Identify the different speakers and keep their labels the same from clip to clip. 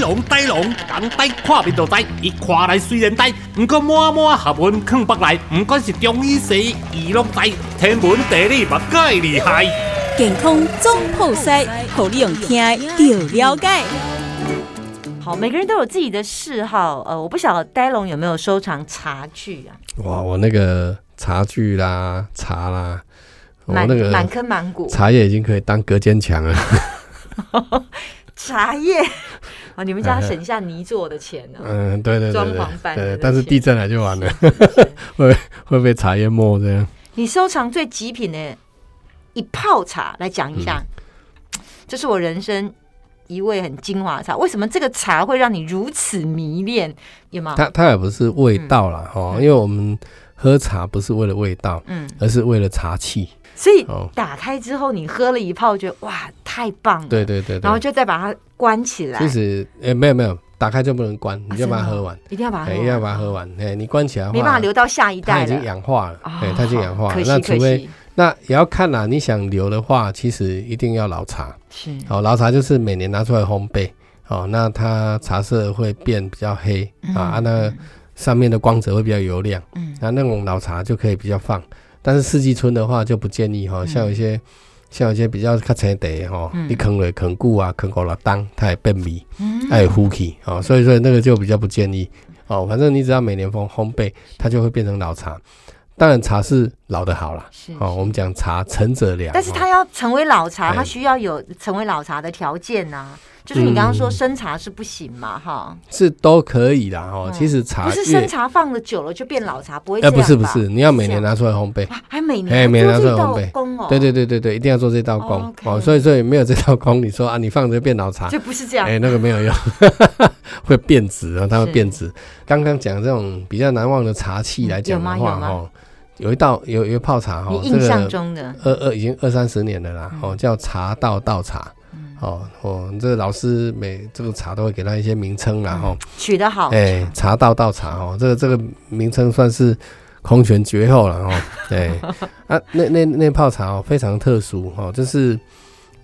Speaker 1: 龙呆龙，人呆看面就呆，伊看来虽然呆，毋过满满学问藏北内，毋管是中医西医，伊拢知。天文地理嘛介厉害，
Speaker 2: 健康总铺塞，互你用听的就了解。
Speaker 3: 好，每个人都有自己的嗜好。呃，我不晓得呆龙有没有收藏茶具啊，
Speaker 4: 哇，我那个茶具啦、茶啦，我
Speaker 3: 满
Speaker 4: 哦那个
Speaker 3: 满坑满谷
Speaker 4: 茶叶已经可以当隔间墙了。
Speaker 3: 茶叶。 啊，你们家省下泥做的钱呢、
Speaker 4: 嗯，对对对
Speaker 3: 装
Speaker 4: 对
Speaker 3: 潢版
Speaker 4: 对
Speaker 3: 的
Speaker 4: 但是
Speaker 3: 那
Speaker 4: 地
Speaker 3: 些
Speaker 4: 震来就完了， 会会被茶叶没这样。
Speaker 3: 你收藏最极品的一泡茶来讲一下，
Speaker 4: 嗯
Speaker 3: 这是我人生一味很精华的茶。为什么这个茶会让你如此迷恋？有吗？
Speaker 4: 它它也不是味道啦，哦，因为我们喝茶不是为了味道，
Speaker 3: 嗯，
Speaker 4: 而是为了茶气。
Speaker 3: 所以
Speaker 4: 哦，
Speaker 3: 打开之后，你喝了一泡，觉得哇，太棒了。
Speaker 4: 对对对
Speaker 3: 嗯然后
Speaker 4: 对，
Speaker 3: 就再把它关起来
Speaker 4: 其，实诶没有没有，打开就不能关，你就把它
Speaker 3: 真的哦
Speaker 4: 喝完，
Speaker 3: 一定要把它喝
Speaker 4: 哎一
Speaker 3: 完，
Speaker 4: 定要把它喝完。哎，你关起来的话，
Speaker 3: 没办法留到下一
Speaker 4: 它
Speaker 3: 代
Speaker 4: 已经
Speaker 3: 了。
Speaker 4: 氧化了，
Speaker 3: 啊
Speaker 4: 哎，它已经氧化
Speaker 3: 可
Speaker 4: 了。
Speaker 3: 惜
Speaker 4: 那
Speaker 3: 可
Speaker 4: 除非
Speaker 3: 惜
Speaker 4: 那也要看啦，你想留的话，其实一定要老茶。
Speaker 3: 是
Speaker 4: 哦，老茶就是每年拿出来烘焙，哦，那它茶色会变比较黑啊，啊，那上面的光泽会比较油亮，啊
Speaker 3: 嗯，
Speaker 4: 那那种老茶就可以比较放，但是四季春的话就不建议哈、哦，像有一些、像有一些比较较青的哈、哦，你坑了坑固啊，坑够了当，它也变米，它也呼气哦，所以说那个就比较不建议哦，反正你只要每年烘烘焙，它就会变成老茶，当然茶是老的好啦，
Speaker 3: 是
Speaker 4: 哦，我们讲茶陈者凉，
Speaker 3: 嗯但是
Speaker 4: 哦
Speaker 3: 它要成为老茶，
Speaker 4: 哎
Speaker 3: 它需要有成为老茶的条件呐、就是你刚刚
Speaker 4: 嗯
Speaker 3: 说生茶是不行嘛，哈、
Speaker 4: 是都可以啦哦，
Speaker 3: 嗯
Speaker 4: 其实茶
Speaker 3: 不是
Speaker 4: 越
Speaker 3: 生茶放了久了就变老茶，不会这
Speaker 4: 呃，
Speaker 3: 样吧？
Speaker 4: 不是不是，你要每年
Speaker 3: 是这样
Speaker 4: 拿出来烘焙。
Speaker 3: 哇，还每年
Speaker 4: 哎
Speaker 3: 还
Speaker 4: 每年
Speaker 3: 做这
Speaker 4: 拿出来烘
Speaker 3: 道
Speaker 4: 焙
Speaker 3: 工哦，
Speaker 4: 对对对对对，一定要做这道
Speaker 3: 哦
Speaker 4: 工
Speaker 3: OK
Speaker 4: 哦，所以所以没有这道工，你说啊，你放着变老茶，
Speaker 3: 就不是这样，
Speaker 4: 哎，那个没有用， 会变质啊，它会
Speaker 3: 是嗯
Speaker 4: 变质。刚刚讲这种比较难忘的茶器来讲的
Speaker 3: 有吗有
Speaker 4: 话，
Speaker 3: 吗
Speaker 4: 哦，有一道有有一泡茶
Speaker 3: 你
Speaker 4: 哈，这
Speaker 3: 印象
Speaker 4: 个
Speaker 3: 中嗯的。
Speaker 4: 二二已经二三十年了啦，哦，叫茶道道茶。
Speaker 3: 嗯
Speaker 4: 哦，哦，这个老师每这个茶都会给他一些名
Speaker 3: 嗯
Speaker 4: 称啦，哦，
Speaker 3: 取得好，
Speaker 4: 哎，茶道道茶哦，这个这个名称算是空前绝后了哦。 对啊，那那那泡茶哦，非常特殊哦，就是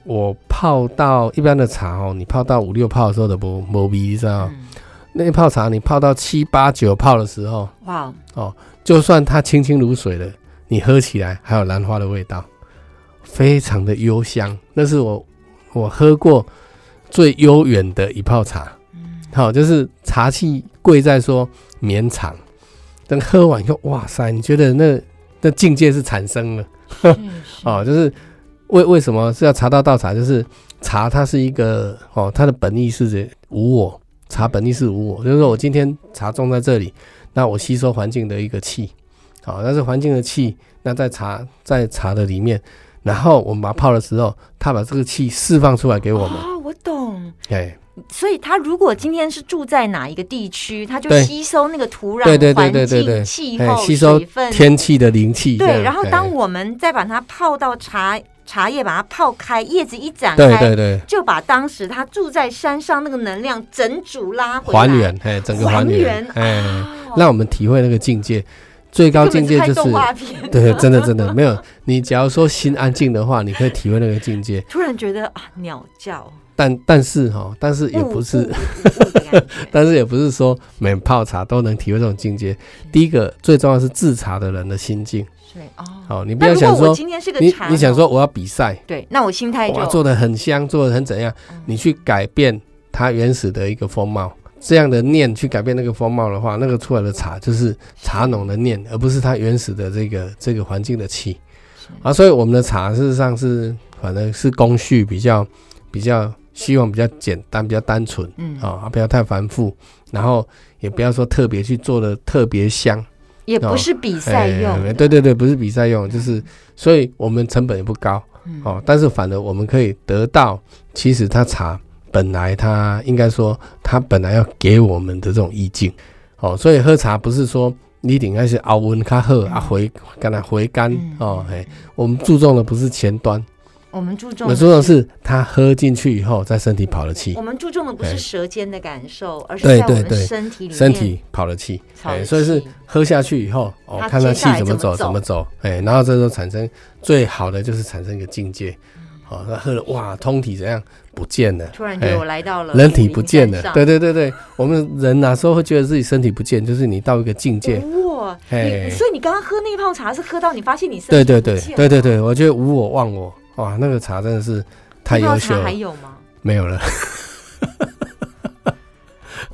Speaker 4: 我泡到一般的茶哦，你泡到五六泡的时候的不不鼻，你知道吗？
Speaker 3: 嗯
Speaker 4: 那一泡茶你泡到七八九泡的时候，
Speaker 3: 哇，
Speaker 4: 就算它清清如水了，你喝起来还有兰花的味道，非常的幽香。那是我我喝过最悠远的一泡茶。好、就是茶气贵在说绵长。等喝完以后，哇塞，你觉得那那境界是产生了。哦，就是为为什么是要茶道道茶？就是茶它是一个哦，它的本意是无我，茶本意是无我，就是说我今天茶种在这里，那我吸收环境的一个气，好、那是环境的气，那在茶在茶的里面，然后我们把它泡的时候，它把这个气释放出来给我们，
Speaker 3: 哦，我懂。
Speaker 4: 哎、
Speaker 3: 所以他如果今天是住在哪一个地区，他就
Speaker 4: 对
Speaker 3: 吸收那个土壤、
Speaker 4: 对对对
Speaker 3: 环境、
Speaker 4: 对对对
Speaker 3: 气
Speaker 4: 哎
Speaker 3: 候、
Speaker 4: 吸收
Speaker 3: 水分，
Speaker 4: 天气的灵气，这
Speaker 3: 对。
Speaker 4: 样
Speaker 3: 然后
Speaker 4: 哎
Speaker 3: 当我们再把它泡到茶茶叶，把它泡开，叶子一展
Speaker 4: 对
Speaker 3: 开，
Speaker 4: 对对
Speaker 3: 就把当时他住在山上那个能量整组拉回来，
Speaker 4: 还原，哎，整个还原，
Speaker 3: 还啊
Speaker 4: 哎，让我们体会那个境界，最高
Speaker 3: 根本
Speaker 4: 境界
Speaker 3: 看
Speaker 4: 就
Speaker 3: 动
Speaker 4: 是。
Speaker 3: 画片。啊
Speaker 4: 对，真的真的没有。你假如说心安静的话，你可以体会那个境界。
Speaker 3: 突然觉得啊，鸟叫，
Speaker 4: 但但是哈、但是也
Speaker 3: 雾
Speaker 4: 不是
Speaker 3: 雾，雾的感觉
Speaker 4: 但是也不是说每泡茶都能体会这种境界。第一个最重要是制茶的人的心境。
Speaker 3: 所以哦。
Speaker 4: 好、你不
Speaker 3: 那
Speaker 4: 要
Speaker 3: 如
Speaker 4: 想
Speaker 3: 果我
Speaker 4: 说
Speaker 3: 今天是个
Speaker 4: 你
Speaker 3: 茶
Speaker 4: 你想
Speaker 3: 农
Speaker 4: 说我要比赛，
Speaker 3: 对，那我心态就嗯
Speaker 4: 哇，做的很香，做的很怎样，你去改变它原始的一个风貌。这样的念去改变那个风貌的话，那个出来的茶就是茶农的念，而不是它原始的这个这个环境的气啊。所以我们的茶事实上是反正是工序比较比较希望比较简单、比较单纯，
Speaker 3: 嗯
Speaker 4: 啊、不要太繁复，然后也不要说特别去做的特别香，
Speaker 3: 也不是比赛用的，
Speaker 4: 哦哎对对对，不是比赛用，就是所以我们成本也不高，
Speaker 3: 嗯
Speaker 4: 哦，但是反而我们可以得到，其实它茶本来它应该说它本来要给我们的这种意境，哦，所以喝茶不是说你一定要是熬温较好啊回干那回甘
Speaker 3: 嗯
Speaker 4: 哦，嘿，我们注重的不是前端，
Speaker 3: 我们注重
Speaker 4: 我们注重的是它喝进去以后在身体跑了气
Speaker 3: 我，们注重的不是
Speaker 4: 哎
Speaker 3: 舌尖的感受，而是
Speaker 4: 对
Speaker 3: 在我
Speaker 4: 对
Speaker 3: 们
Speaker 4: 对
Speaker 3: 身体里面
Speaker 4: 身体跑了气，
Speaker 3: 跑了
Speaker 4: 哎，所以是
Speaker 3: 气
Speaker 4: 喝下去以后，哦，
Speaker 3: 它
Speaker 4: 看它
Speaker 3: 接
Speaker 4: 气
Speaker 3: 下来
Speaker 4: 怎
Speaker 3: 怎
Speaker 4: 么
Speaker 3: 么
Speaker 4: 走
Speaker 3: 走
Speaker 4: 怎么走，哎，然后这时候产生最好的就是产生一个境界，哦，他喝了哇，通体怎样不见了，
Speaker 3: 突然
Speaker 4: 哎
Speaker 3: 间我来到了
Speaker 4: 人体不见
Speaker 3: 武陵山上
Speaker 4: 了。对对对对，我们人哪时候会觉得自己身体不见？就是你到一个境界，
Speaker 3: 嗯哇！
Speaker 4: 嘿
Speaker 3: 哦你所以你刚刚喝那一泡茶是喝到你发现你身
Speaker 4: 对
Speaker 3: 体
Speaker 4: 对
Speaker 3: 不
Speaker 4: 对
Speaker 3: 见了
Speaker 4: 对对对，我觉得无我忘我，哇，那个茶真的是太
Speaker 3: 那泡
Speaker 4: 优秀
Speaker 3: 茶还
Speaker 4: 了，
Speaker 3: 有吗？
Speaker 4: 没有了。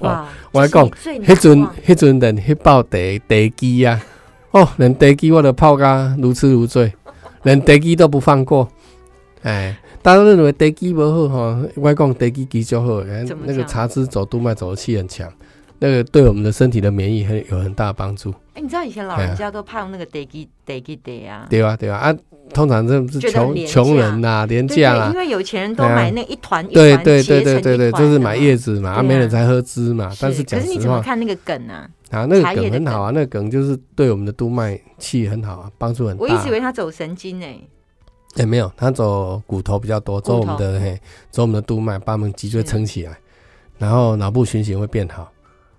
Speaker 3: 哇！
Speaker 4: 我还讲
Speaker 3: 这是你最
Speaker 4: 迄阵
Speaker 3: 难忘
Speaker 4: 迄阵连迄包茶茶基啊，哦，连茶基我都泡甲如痴如醉，连茶基都不放过。哎，大家都认为茶基不好哈，我讲茶基基就好，哎
Speaker 3: 怎么
Speaker 4: 那个
Speaker 3: 讲
Speaker 4: 茶汁走督脉走的气很强，那个对我们的身体的免疫很有很大的帮助，
Speaker 3: 哎，你知道以前老人家都泡那个 degi degi d 啊，
Speaker 4: 对吧？对吧？啊，通常这不是
Speaker 3: 觉得
Speaker 4: 穷
Speaker 3: 廉价
Speaker 4: 穷人呐、廉
Speaker 3: 对
Speaker 4: 价
Speaker 3: 对，因
Speaker 4: 啦。
Speaker 3: 为有钱人都
Speaker 4: 对啊
Speaker 3: 买那一团一
Speaker 4: 对
Speaker 3: 团
Speaker 4: 对对
Speaker 3: 结成
Speaker 4: 对对
Speaker 3: 一
Speaker 4: 对，
Speaker 3: 团
Speaker 4: 就是
Speaker 3: 的嘛
Speaker 4: 买叶子嘛，啊
Speaker 3: 对啊
Speaker 4: 没人才喝汁嘛。但
Speaker 3: 是
Speaker 4: 讲
Speaker 3: 可是你
Speaker 4: 实
Speaker 3: 怎
Speaker 4: 话
Speaker 3: 么，看那个梗啊？
Speaker 4: 啊，那
Speaker 3: 茶
Speaker 4: 个
Speaker 3: 叶
Speaker 4: 梗
Speaker 3: 的
Speaker 4: 很好啊，那个梗就是对我们的督脉气很好啊，帮助很大。
Speaker 3: 我一直以为他走神经欸呢，
Speaker 4: 哎、没有，它走骨头比较多，走我们的嘿，走我们的督脉，把我们脊
Speaker 3: 嗯
Speaker 4: 椎
Speaker 3: 是
Speaker 4: 撑起来，然后脑部循行会变好。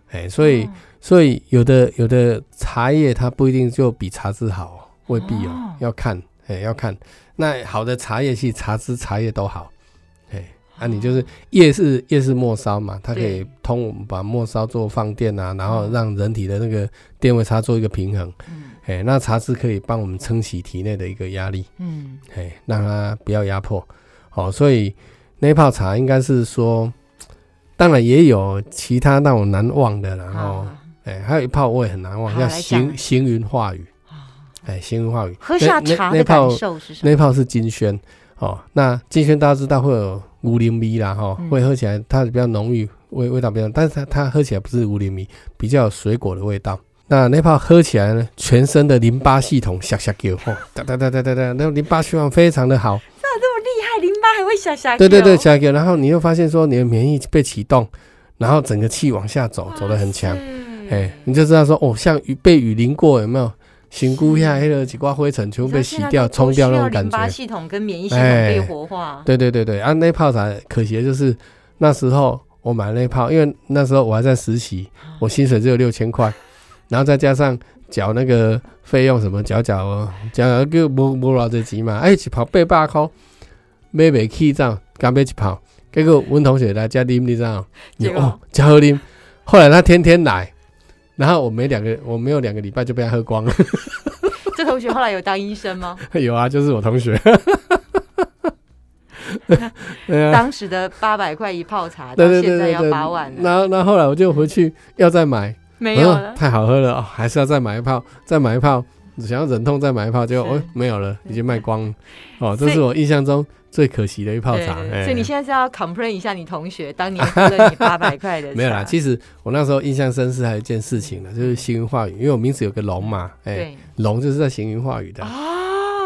Speaker 4: 哎、所以、
Speaker 3: 哦
Speaker 4: 所以有的有的茶叶它不一定就比茶汁好哦，未必哦，
Speaker 3: 哦
Speaker 4: 要看，哎、要看。那好的茶叶系茶汁、茶叶都好，哎、啊，你就是叶是叶是末梢嘛，它可以
Speaker 3: 哦对
Speaker 4: 通我们把末梢做放电啊，然后
Speaker 3: 嗯
Speaker 4: 让人体的那个电位差做一个平衡，
Speaker 3: 嗯
Speaker 4: 哎、那茶汁可以帮我们撑起体内的一个压力。
Speaker 3: 嗯，
Speaker 4: 哎，让它不要压迫。好、所以那一泡茶应该是说，当然也有其他让我难忘的啦，然后
Speaker 3: 好
Speaker 4: 哎，还有一泡我也很难忘，
Speaker 3: 啊好
Speaker 4: 叫
Speaker 3: 来
Speaker 4: 行
Speaker 3: 讲啊
Speaker 4: 行云化雨。哎，行云化雨，
Speaker 3: 喝下
Speaker 4: 那那
Speaker 3: 茶
Speaker 4: 那
Speaker 3: 的感
Speaker 4: 泡
Speaker 3: 受是什
Speaker 4: 那
Speaker 3: 么？
Speaker 4: 一泡是金萱哦，那金萱大家知道会有无灵米啦哈、
Speaker 3: 嗯
Speaker 4: 会喝起来它比较浓郁，味味道比较，但是它它喝起来不是无灵米，比较有水果的味道。那那泡喝起来呢，全身的淋巴系统下下给哦，哒哒哒哒哒哒，那淋巴循环非常的好。
Speaker 3: 害淋巴还会下下
Speaker 4: 对对对，
Speaker 3: 跳
Speaker 4: 加给，然后你又发现说你的免疫被启动，然后整个气往下走，走得很强，
Speaker 3: 嗯
Speaker 4: 哎，你就知道说哦，像雨被雨淋过有没有？醒菇下黑了几挂灰尘，全部被洗掉、冲掉那种感
Speaker 3: 淋巴
Speaker 4: 觉。
Speaker 3: 系统跟免疫系统被活化，
Speaker 4: 对对对对，啊，那泡茶可惜的就是那时候我买那泡，因为那时候我还在实习，
Speaker 3: 哦
Speaker 4: 我薪水只有六千块，然后再加上缴那个费用什么缴缴哦，缴缴就无无偌济钱嘛，哎、一泡八百箍，买袂起这样，干买一泡，结果阮同学来家啉，你知道吗？
Speaker 3: 结果
Speaker 4: 哦，加喝啉，后来他天天来，然后我没两个，我没有两个礼拜就被他喝光了。
Speaker 3: 这同学后来有当医生吗？
Speaker 4: 有啊，就是我同学。 对啊，
Speaker 3: 当时的八百块一泡茶，到
Speaker 4: 对对
Speaker 3: 现
Speaker 4: 对
Speaker 3: 在
Speaker 4: 对
Speaker 3: 要
Speaker 4: 对。
Speaker 3: 八万了，
Speaker 4: 然后，然后后来我就回去要再买，
Speaker 3: 没有
Speaker 4: 我说
Speaker 3: 了。
Speaker 4: 太好喝了、哦，还是要再买一泡，再买一泡，想要忍痛再买一泡，结果
Speaker 3: 是
Speaker 4: 哦没有了，已经卖光了。哦，
Speaker 3: 所以
Speaker 4: 这是我印象中最可惜的一泡
Speaker 3: 对，
Speaker 4: 茶。哎
Speaker 3: 所以你现在是要 complain 一下你同学当 年喝了你八百块的茶，
Speaker 4: 没有啦，其实我那时候印象深是还有一件事情呢，就是行云化雨，因为我名字有个龙嘛，哎，
Speaker 3: 对
Speaker 4: 龙就是在行云化雨的，哎，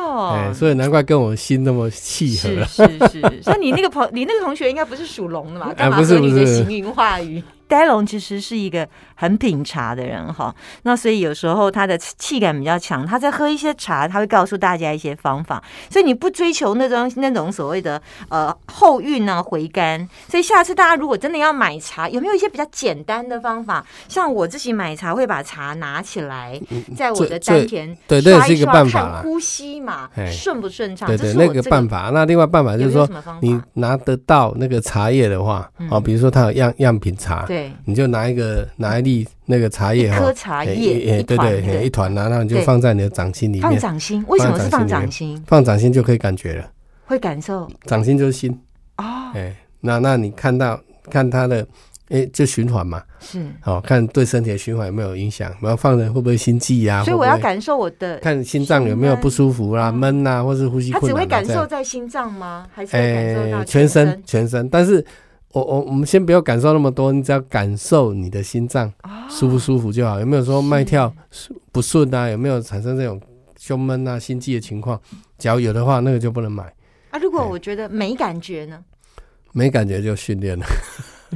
Speaker 3: 哦，
Speaker 4: 所以难怪跟我心那么契合
Speaker 3: 是
Speaker 4: 了。
Speaker 3: 是是，像你那个朋，你那个同学应该啊不是属龙的嘛？干嘛
Speaker 4: 不是
Speaker 3: 说你的
Speaker 4: 不是
Speaker 3: 行云化雨？呆龙其实是一个很品茶的人哈，那所以有时候他的气感比较强，他在喝一些茶，他会告诉大家一些方法，所以你不追求那种那种所谓的呃后韵啊回甘，所以下次大家如果真的要买茶，有没有一些比较简单的方法？像我自己买茶会把茶拿起来，嗯在我
Speaker 4: 这
Speaker 3: 的
Speaker 4: 这
Speaker 3: 丹田
Speaker 4: 对这也
Speaker 3: 刷
Speaker 4: 是一个
Speaker 3: 刷
Speaker 4: 办法
Speaker 3: 看
Speaker 4: 啦
Speaker 3: 呼吸嘛
Speaker 4: 哎，
Speaker 3: 顺不顺畅？
Speaker 4: 对
Speaker 3: 这
Speaker 4: 对，
Speaker 3: 是我
Speaker 4: 那个
Speaker 3: 这
Speaker 4: 办法。那另外办法就
Speaker 3: 有
Speaker 4: 是
Speaker 3: 没有
Speaker 4: 说
Speaker 3: 什么方，法嗯
Speaker 4: 你拿得到那个茶叶的话，哦，比如说它有样样品茶，
Speaker 3: 对，
Speaker 4: 你就拿一个拿一粒那个茶叶
Speaker 3: 一
Speaker 4: 哈，
Speaker 3: 颗茶
Speaker 4: 哎
Speaker 3: 叶
Speaker 4: 哎
Speaker 3: 一
Speaker 4: 对
Speaker 3: 团
Speaker 4: 对，
Speaker 3: 对
Speaker 4: 哎一团啊，然后你就
Speaker 3: 对
Speaker 4: 放在你的掌心里
Speaker 3: 放
Speaker 4: 面，
Speaker 3: 掌心，为什么是放
Speaker 4: 放
Speaker 3: 掌
Speaker 4: 掌
Speaker 3: 心？
Speaker 4: 放掌心就可以感觉了，
Speaker 3: 会感受
Speaker 4: 掌心就是心，
Speaker 3: 哦，
Speaker 4: 哎，那那你看到看它的，哎，就循环嘛，
Speaker 3: 是，
Speaker 4: 哦，看对身体的循环有没有影响，然后放着会不会心悸呀？
Speaker 3: 所以
Speaker 4: 会不
Speaker 3: 我要
Speaker 4: 会
Speaker 3: 感受我的，
Speaker 4: 看心脏有没有不舒服啦、闷啦，或是呼吸
Speaker 3: 他
Speaker 4: 困
Speaker 3: 只会
Speaker 4: 难啊，
Speaker 3: 感
Speaker 4: 这样
Speaker 3: 受在心脏吗？还是会感受
Speaker 4: 哎
Speaker 3: 到，
Speaker 4: 全身
Speaker 3: 身？
Speaker 4: 全身，但是我我我们先不要感受那么多，你只要感受你的心脏
Speaker 3: 哦
Speaker 4: 舒不舒服就好。有没有说脉跳不顺啊？有没有产生这种胸闷啊、心悸的情况？只要有的话，那个就不能买，
Speaker 3: 啊，如果
Speaker 4: 哎
Speaker 3: 我觉得没感觉呢？
Speaker 4: 没感觉就训练了。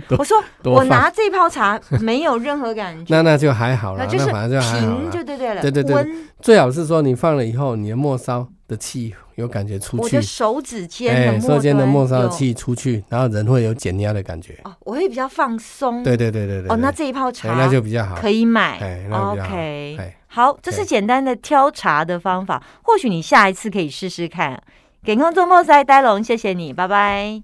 Speaker 4: 多
Speaker 3: 我说
Speaker 4: 多
Speaker 3: 我
Speaker 4: 放
Speaker 3: 拿这泡茶没有任何感觉，
Speaker 4: 那那就还好了，
Speaker 3: 就是
Speaker 4: 那反正就还好
Speaker 3: 平
Speaker 4: 了
Speaker 3: 就。对对了，
Speaker 4: 对对对
Speaker 3: 温
Speaker 4: 最好是说你放了以后，你的末梢的气有感觉出
Speaker 3: 我
Speaker 4: 去
Speaker 3: 的，手指间
Speaker 4: 哎，
Speaker 3: 的末
Speaker 4: 舌尖的
Speaker 3: 端
Speaker 4: 末梢的
Speaker 3: 有
Speaker 4: 气出去，然后人会有减压的感觉。
Speaker 3: 哦，我会比较放松。
Speaker 4: 对对对对对。
Speaker 3: 哦，那
Speaker 4: 对
Speaker 3: 这一泡
Speaker 4: 哎
Speaker 3: 茶
Speaker 4: 那就比较好。
Speaker 3: 可以买
Speaker 4: 哎那比较好
Speaker 3: OK，
Speaker 4: 哎
Speaker 3: 好，这是
Speaker 4: 对
Speaker 3: 简单的挑茶的方法，或许你下一次可以试试看。健康中破塞，呆龙，谢谢你，拜拜。